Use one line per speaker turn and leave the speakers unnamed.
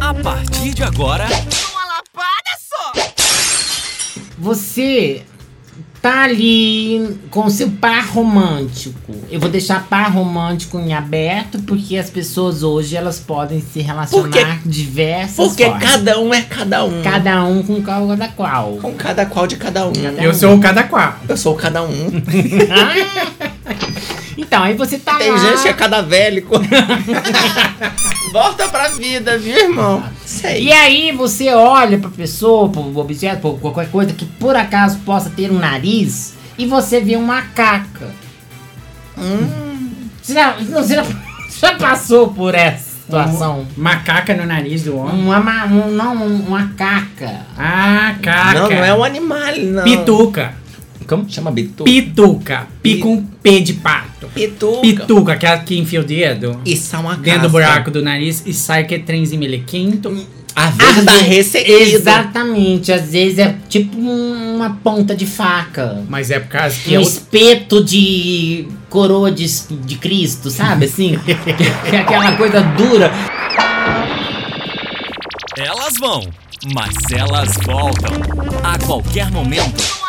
A partir de agora,
Uma lapada só!
Você tá ali com seu par romântico. Eu vou deixar par romântico em aberto, porque as pessoas hoje elas podem se relacionar diversas
Porque
formas.
cada um é cada um.
Cada um com cada qual.
Com cada qual de cada um.
Cada
Eu sou o cada qual.
Eu sou cada um.
Ah! então, aí você tá
Ah.
Tem
lá.
gente que é cada vélico. Volta pra vida, viu, irmão?
E
É
Sei.
aí você olha pra pessoa, pro objeto, pra qualquer coisa que por acaso possa ter um nariz e você vê uma caca.
Hum.
Você, já, não, você já, já passou por essa situação?
Macaca Um, no nariz do homem.
Uma, ma- um- não, um- uma caca.
Ah, caca.
Não, não é um animal, não.
Pituca.
Como que chama Bitu?
Pituca. Pica um P de pato.
Pituca.
Pituca, aquela que enfia o dedo
Isso é uma
dentro
casca.
do buraco do nariz e sai que é trenzinho melequento.
A é vez da ressequida.
Exatamente, às vezes é tipo um- uma ponta de faca.
Mas é por causa que
Um
eu...
espeto de coroa de, de Cristo, sabe assim? que é aquela coisa dura.
elas vão, mas elas voltam. A qualquer momento.